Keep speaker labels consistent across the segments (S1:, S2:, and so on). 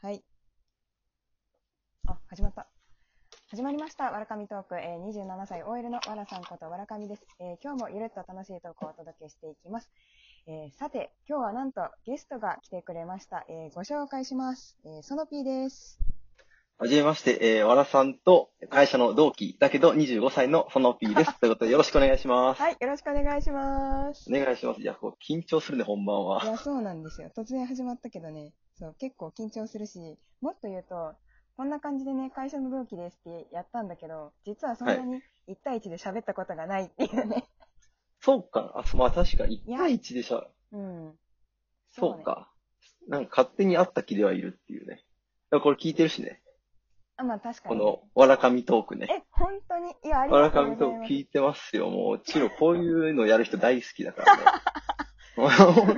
S1: はい。あ、始まった。始まりました。わらかみトーク、えー、27歳 OL のわらさんことわらかみです、えー今日もゆるっと楽しいトークをお届けしていきます。えーさて、今日はなんとゲストが来てくれました。えーご紹介します。えー、その P です。
S2: はじめまして、えー、和田さんと会社の同期だけど25歳のその P です。ということでよろしくお願いします。
S1: はい、よろしくお願いします。
S2: お願いします。いや、こう緊張するね、本番
S1: い
S2: は。
S1: や、そうなんですよ。突然始まったけどね、そう、結構緊張するし、もっと言うと、こんな感じでね、会社の同期ですってやったんだけど、実はそんなに1対1で喋ったことがないっていうね。
S2: そうか。あ、そうまあ確かに
S1: いや
S2: 1対1でしょ。
S1: うん。
S2: そう
S1: ね。
S2: か。なんか勝手に会った気ではいるっていうね。だからこれ聞いてるしね。
S1: あ、まあ確か
S2: こ
S1: に。
S2: の、わらかみトークね。
S1: え、本当にいや、あり
S2: わ
S1: が
S2: ら
S1: と
S2: か
S1: う
S2: み
S1: ござ
S2: ト
S1: い
S2: ーク
S1: ます
S2: 聞。いてますよ。もう、チロ、こういうのやる人大好きだか らね。もうも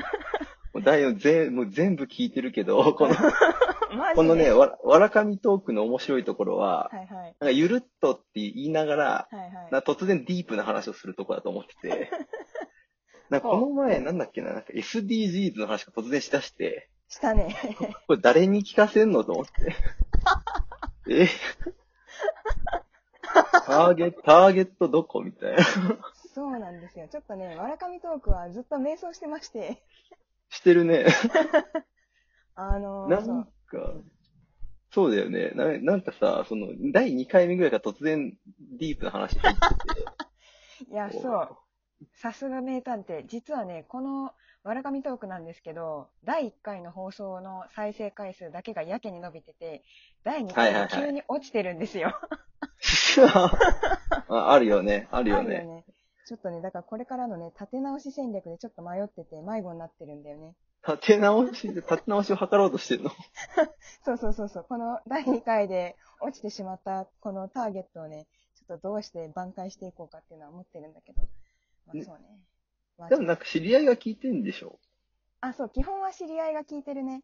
S2: う大の全もう全部聞いてるけど、この、
S1: マジで
S2: このね、わらわらかみトークの面白いところ
S1: は
S2: は、
S1: いはい。
S2: なんかゆるっとって言いながら、
S1: はいはい。
S2: な突然ディープな話をするとこだと思って て、なんかこの前なんだっけな、なんか SDGs の話が突然しだして、
S1: したね。
S2: これ誰に聞かせんのと思って。えターゲット、ターゲットどこみたいな。
S1: そうなんですよ。ちょっとね、わらかみトークはずっと迷走してまして、
S2: してるね。
S1: あのー
S2: な
S1: そ
S2: ん
S1: う
S2: か、そうだよねな。なんかさ、その、第2回目ぐらいから突然ディープな話入ってて。
S1: いや、そう。さすが名探偵。実はね、この、わらかみトークなんですけど、第1回の放送の再生回数だけがやけに伸びてて、第2回が
S2: はいはいはい
S1: 急に落ちてるんですよ。
S2: ああるよね。ある よ
S1: ある
S2: ね。
S1: よねちょっとね、だからこれからのね、立て直し戦略でちょっと迷ってて、迷子になってるんだよね。
S2: 立て直し、立て直しを図ろうとしてるの。
S1: そうそうそうそう、この第2回で落ちてしまった、このターゲットをね、ちょっとどうして挽回していこうかっていうのは思ってるんだけど、まあ
S2: ね
S1: そうね。まあ
S2: でもなんか知り合いが聞いてんでしょ
S1: あ、そう、基本は知り合いが聞いてるね。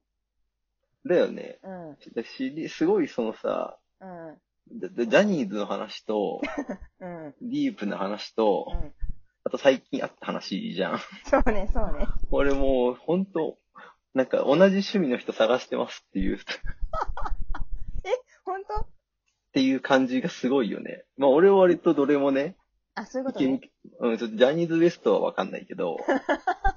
S2: だよね。
S1: うん、うん、
S2: だ知り、すごいそのさ、だだジャニーズの話 と、
S1: うん、うん。
S2: ディープな話と、あと最近あった話じゃん。
S1: そうね、そうね。
S2: 俺もう、ほんと、なんか同じ趣味の人探してますっていう、っ
S1: 本当
S2: ていう感じがすごいよね。まあ俺は割とどれもね、
S1: あ、そういうこ
S2: い
S1: と
S2: け
S1: ね
S2: に。、うん、ちょっとジャニーズ WEST はわかんない けど、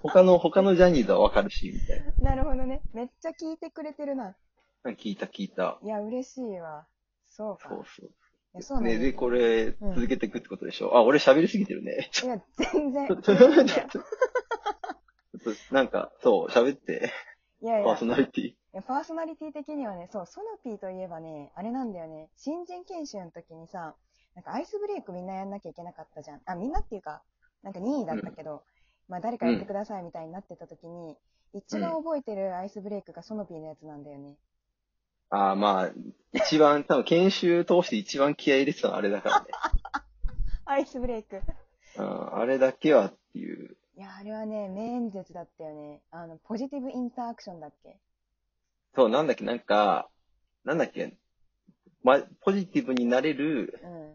S2: 他の、他のジャニーズはわかるし、みたいな。
S1: なるほどね。めっちゃ聞いてくれてるな。
S2: なんか聞いた聞いた。
S1: いや、嬉しいわ。そうか。
S2: そうそう。
S1: いや、そうなんだ
S2: ね、
S1: よ
S2: で、これ、続けていくってことでしょ。あ、俺喋りすぎてるね。ち
S1: いや、全然。
S2: ょっ
S1: 全
S2: と、ちょ
S1: 然
S2: っ
S1: だよ
S2: と、ちょっとなんか、そう、喋って、
S1: いやい
S2: パ
S1: や
S2: ーソナリティ。
S1: いや、パーソナリティ的にはね、そう、ソノピーといえばね、あれなんだよね、新人研修の時にさ、なんかアイスブレイクみんなやんなきゃいけなかったじゃん。あ、みんなっていうか、なんか任意だったけど、まあ誰かやってくださいみたいになってた時に、一番覚えてるアイスブレイクがソノピーのやつなんだよね。
S2: ああ、まあ、一番、多分研修通して一番気合い入れてたのはあれだからね。
S1: アイスブレイク。
S2: うん、あれだけはっていう。
S1: いや、あれはね、名演説だったよね。あの、ポジティブインタアクションだっけ
S2: そう、なんだっけ、なんか、なんだっけ、ま、ポジティブになれる
S1: うん。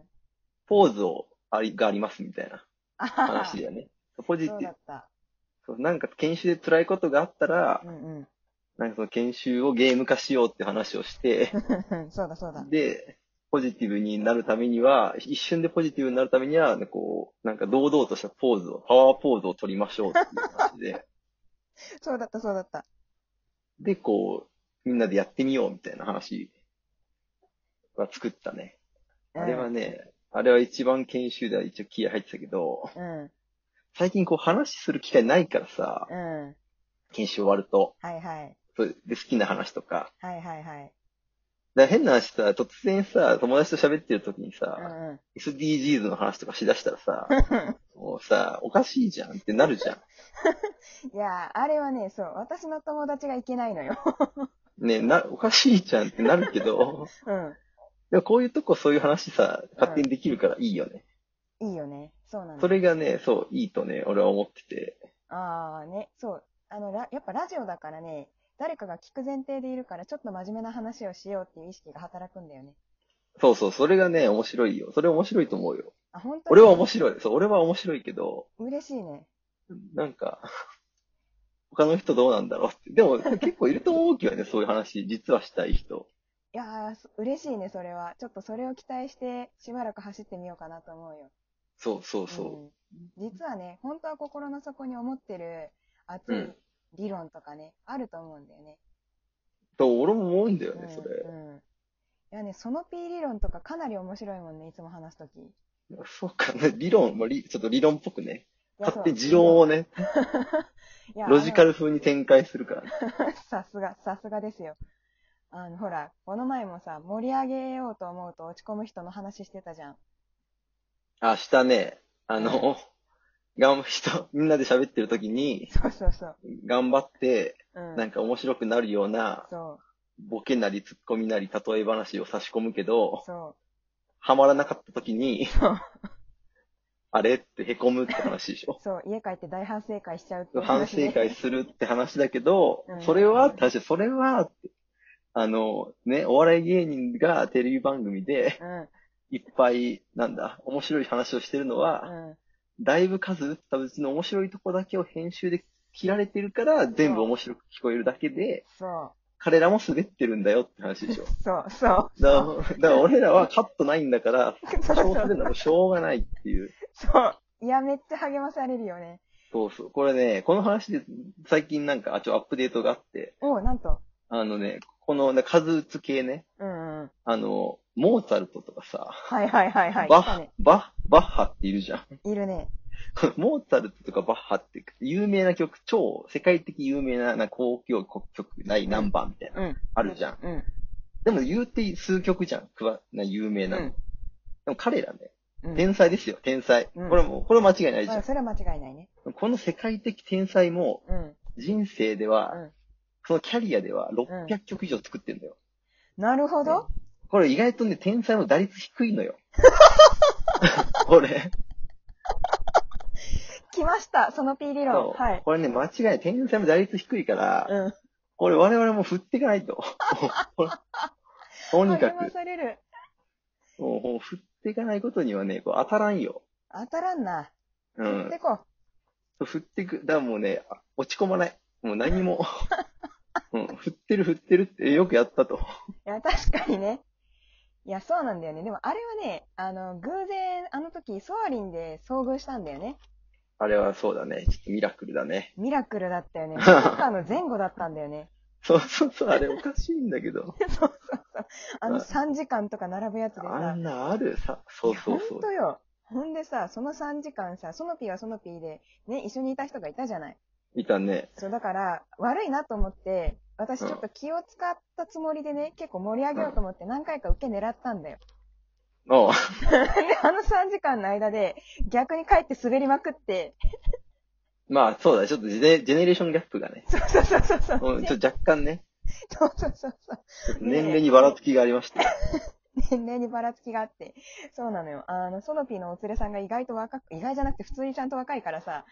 S2: ポーズを、あり、がありますみたいな
S1: あはは
S2: 話だよね。ポジ テ
S1: そうだ
S2: ィブ
S1: った。
S2: そう、なんか研修で辛いことがあったら
S1: う、ん
S2: なんかその研修をゲーム化しようって話をして、
S1: うん。 そうだそうだ。
S2: で、ポジティブになるためには、一瞬でポジティブになるためには、こう、なんか堂々としたポーズを、パワーポーズを取りましょうっていう感じで、
S1: そうだったそうだった。
S2: で、こう、みんなでやってみようみたいな話は作ったね。あれはね、あれは一番研修では一応気合入ってたけど、
S1: うん。
S2: 最近こう話する機会ないからさ、
S1: うん。うん。
S2: 研修終わると、
S1: はいはい。
S2: そうで好きな話とか。
S1: はいはいはい。
S2: だから変な話さ、突然さ、友達と喋ってる時にさ、
S1: うんうん。
S2: SDGs の話とかしだしたらさ、もうさ、おかしいじゃんってなるじゃ
S1: いやー、あれはね、そう、私の友達がいけないのよ。
S2: ん。ねな、おかしいじゃんってなるけど、
S1: う
S2: でもこういうとこそういう話さ、勝手にできるからいいよね。
S1: ん。いいよね。そうなんだ。
S2: それがね、そう、いいとね、俺は思ってて。
S1: ああ、ね、そう。あの、ラやっぱラジオだからね、誰かが聞く前提でいるから、ちょっと真面目な話をしようっていう意識が働くんだよね。
S2: そうそう、それがね、面白いよ。それ面白いと思うよ。
S1: あ、本当
S2: 俺は
S1: に
S2: 面白い。そう、俺は面白いけど、
S1: 嬉しいね。
S2: なんか、他の人どうなんだろうって。でも、結構いると思うけどね、そういう話、実はしたい人。
S1: いやー、そ嬉しいね、それは。ちょっとそれを期待して、しばらく走ってみようかなと思うよ。
S2: そうそうそう。
S1: うん、実はね、本当は心の底に思ってる熱
S2: う
S1: い
S2: ん
S1: 理論とかね、あると思うんだよね。
S2: と、俺も思うんだよね、それ。
S1: うんうんいやね、その P 理論とかかなり面白いもんね、いつも話すとき。い
S2: そうかね、理論、まあ、りちょっと理論っぽくね。
S1: や
S2: 勝手に持論をね、
S1: いや
S2: ロジカル風に展開するから、ね。
S1: あの さすが、さすがですよ。あの、ほら、この前もさ、盛り上げようと思うと落ち込む人の話してたじゃん。
S2: あ、したね、あの、頑張人、みんなで喋ってる時に、
S1: そうそうそう。
S2: 頑張って、
S1: うん。
S2: なんか面白くなるような、
S1: そ
S2: ボケなりツッコミなり例え話を差し込むけど
S1: う、、そ
S2: ハマらなかった時 に
S1: そう、
S2: あれって凹むって話でしょ
S1: う。。そう、家帰って大反省会しちゃうっていう
S2: 反
S1: 話ね
S2: 省会するって話だけど
S1: う、ん
S2: それは、確かにそれはって、あの、ね、お笑い芸人がテレビ番組で、
S1: うん、
S2: いっぱい、なんだ、面白い話をしてるのは、
S1: うん。
S2: だいぶ数打ったうちの面白いとこだけを編集で切られてるから、全部面白く聞こえるだけで、
S1: そ
S2: 彼らも滑ってるんだよって 話でしょ。
S1: う、そう、そう。
S2: だから、だから俺らはカットないんだから、
S1: そ
S2: 多
S1: うそ
S2: 少する
S1: う
S2: のもしょうがないっていう。
S1: そう。いや、めっちゃ励まされるよね。
S2: そうそう。これね、この話で最近なんか、あ、ちょ、アップデートがあって、
S1: おう、なんと。
S2: あのね、この、ね、数打つ系ね、
S1: うんうん。
S2: あの、モーツァルトとかさ、
S1: はいはいはいはい。
S2: バ
S1: 来た
S2: ッ
S1: ね、
S2: バッ、バッハっているじゃん。
S1: いるね。
S2: モーツァルトとかバッハって有名な曲、超世界的有名な、なんか公共曲、ない何番みたいな、
S1: うん。
S2: あるじゃん。
S1: うん。
S2: でも言うて数曲じゃん、くわ、な、有名な
S1: う
S2: の。
S1: ん
S2: でも彼らね、
S1: うん
S2: 天才ですよ、天才。こ
S1: うん
S2: れも、これ間違いないじ
S1: ま
S2: ゃ
S1: あ、それは間違いないね。
S2: ん。この世界的天才も、
S1: うん。
S2: 人生で
S1: う
S2: は、
S1: ん
S2: そのキャリアでは
S1: う
S2: 600曲以上作ってんだよ。
S1: なるほど。
S2: これ意外とね、天才も打率低い のよ。これ、
S1: 来ました。その P 理論。
S2: そう
S1: はい。
S2: これね、間違いない。天才も打率低いから、
S1: うん。
S2: これ我々も振っていかないと。ほらとにか
S1: 励ま
S2: く、
S1: される。
S2: もうもう振っていかないことにはね、こう当たらんよ。
S1: 当たらんな。
S2: う
S1: 行って
S2: ん。
S1: こ
S2: 振ってく、だからもうね、あ落ち込まない。もう 何も。うん、振ってる振ってるって、えよくやったと。
S1: う。いや、確かにね。いや、そうなんだよね。でも、あれはね、あの、偶然、あの時、ソアリンで遭遇したんだよね。
S2: あれはそうだね。ちょっとミラクルだね。
S1: ミラクルだったよ ね。まさかの前後だったんだよね。
S2: そうそうそう、あれおかしいんだ けど。
S1: そうそうそう。あの3時間とか並ぶやつで
S2: あ
S1: さ。
S2: んなあるさ、そうそうそ
S1: 本
S2: う
S1: 当。よ。ほんでさ、その3時間さ、そのピーはそのピーで、ね、一緒にいた人がいたじゃない。
S2: いたね。
S1: そう、だから、悪いなと思って、私ちょっと気を使ったつもりでね、結構盛り上げようと思って何回か受け狙ったんだよ。
S2: おう
S1: で、あの3時間の間で、逆に帰って滑りまくって、
S2: まあそうだね、ちょっとジェジェネレーションギャップがね。
S1: そうそうそうそうそう。
S2: うん、ちょっと若干ね、
S1: そうそうそうそう。
S2: ちょっと年齢にばらつきがありました。
S1: 年齢にばらつきがあって。そうなのよ。あの、ソノピーのお連れさんが意外と若く、意外じゃなくて普通にちゃんと若いからさ、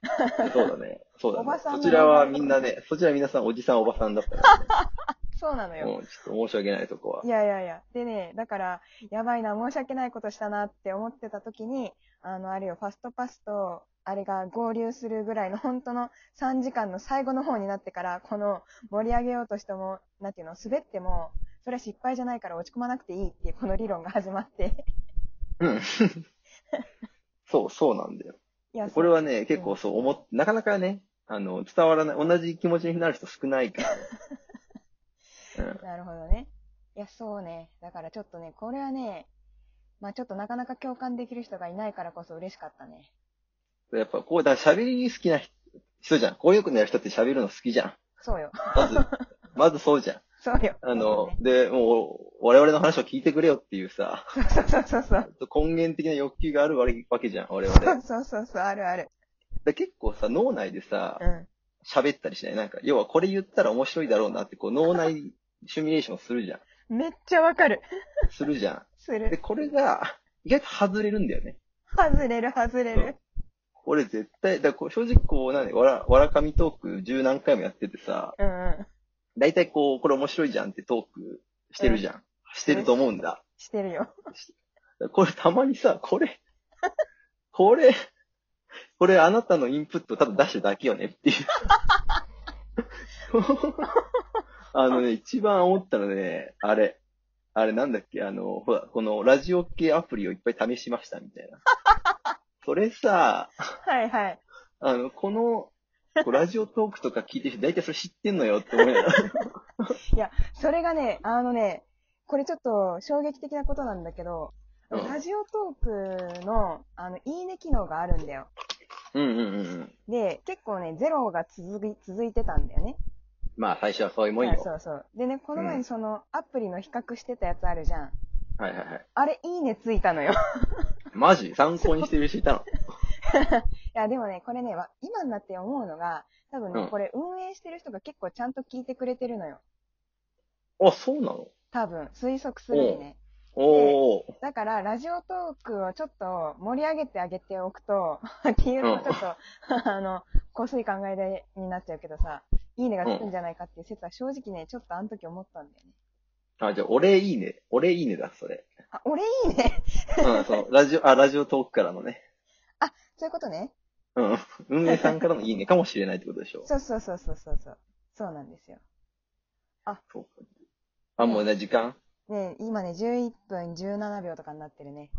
S2: そうだね。そうだ
S1: おば
S2: ね。
S1: さん
S2: そ
S1: の
S2: ちらはみんなね、そちらは皆さんおじさんおばさんだったか
S1: そうなの
S2: ら
S1: よ。
S2: ね。。うん、ちょっと申し訳ないとこはい
S1: やいやいや。でね、だから、やばいな、申し訳ないことしたなって思ってた時に、あの、あれよ、ファストパスと、あれが合流するぐらいの本当の3時間の最後の方になってから、この盛り上げようとしても、なんていうの、滑っても、それは失敗じゃないから落ち込まなくていいっていうこの理論が始まって。
S2: うん。そう、そうなんだよ。
S1: いや、
S2: これはね、結構そう思っ、なかなかね、あの、伝わらない、同じ気持ちになる人少な いからね。うん
S1: そう。なるほどね。いや、そうね。だからちょっとね、これはね、まあちょっとなかなか共感できる人がいないからこそ嬉しかったね。
S2: やっぱこう、だから喋り好きな人じゃん。こういうことやる人って喋るの好きじゃん。
S1: そうよ。
S2: まず、まずそうじゃん。
S1: そうよ。
S2: あ
S1: そう
S2: の
S1: ね、
S2: で、もう、我々の話を聞いてくれよっていうさ、
S1: そうそうそうそう。
S2: 根源的な欲求があるわけわけじゃん、我々。
S1: そう
S2: だ
S1: そうそうそう、あるある。
S2: 結構さ、脳内でさ
S1: う、ん。
S2: 喋ったりしない。なんか、要はこれ言ったら面白いだろうなって、こう、脳内シミュレーションするじゃん。
S1: めっちゃわかる。
S2: するじゃ
S1: す
S2: ん。で、
S1: る。
S2: これが、意外と外れるんだよね。
S1: 外れる、外れる。
S2: 俺絶対、だからこう正直こう、なんで、わら、わらかみトーク十何回もやっててさ、
S1: うんうん。
S2: 大体こう、これ面白いじゃんってトークしてるじゃん。してると思うんだ。
S1: してるよ。
S2: これたまにさ、これ、 これ、これあなたのインプットをただ出してるだけよねっていう。あのね、一番思ったのね、あれ。あれなんだっけあの、ほら、このラジオ系アプリをいっぱい試しましたみたいな。それさ、
S1: はいはい。
S2: あの、この、こうラジオトークとか聞いてる人、大体それ知ってんのよって思 いながら。
S1: それがね、あのね、これちょっと衝撃的なことなんだけど、
S2: うん
S1: ラジオトークの、あの、いいね機能があるんだよ。
S2: うんうんうんうん。
S1: で、結構ね、ゼロが続き、続いてたんだよね。
S2: まあ、最初はそういうもん
S1: はい
S2: よ。
S1: そうそう。でね、この前
S2: う
S1: に
S2: ん
S1: その、アプリの比較してたやつあるじゃん。
S2: はいはいはい。
S1: あれ、いいねついたのよ。
S2: マジ参考にしてる人いたの
S1: いや、でもね、これね、わ今になって思うのが、多分ね、
S2: うん
S1: これ運営してる人が結構ちゃんと聞いてくれてるのよ。
S2: あ、そうなの
S1: 多分、推測するにね。
S2: おー。
S1: だから、ラジオトークをちょっと盛り上げてあげておくと、 っていうのはちょっと、 あの、こすい考えでになっちゃうけどさ、いいねがつくんじゃないかっていう説は正直ね、ちょっとあの時思ったんだよね。
S2: あ、じゃあ、俺いいね。俺いいねだ、それ。
S1: あ、俺いいね
S2: うん、 そう。ラジオ、あ、ラジオトークからのね。
S1: そういうことね。
S2: うん。運営さんからのいいねかもしれないってことでしょ。
S1: そうそうそうそうそうそう。そうなんですよ。
S2: そうか。あ、もうね、時間
S1: ね今ね、11分17秒とかになってるね。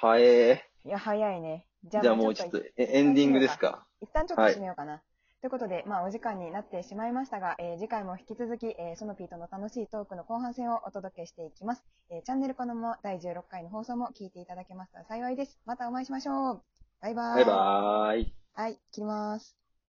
S2: はえ
S1: いや、早いね。じ
S2: ー。じゃあもうちょっと、えエ
S1: 一旦
S2: ンディングですか。
S1: 一旦ちょっと
S2: はい
S1: 締めようかな。ということで、まあ、お時間になってしまいましたが、えー次回も引き続き、えーソノピーとの楽しいトークの後半戦をお届けしていきます。えーチャンネルこのも第16回の放送も聞いていただけますと幸いです。またお会いしましょう。バイバー
S2: バ
S1: イ。
S2: イバーイ。
S1: はい、切ります。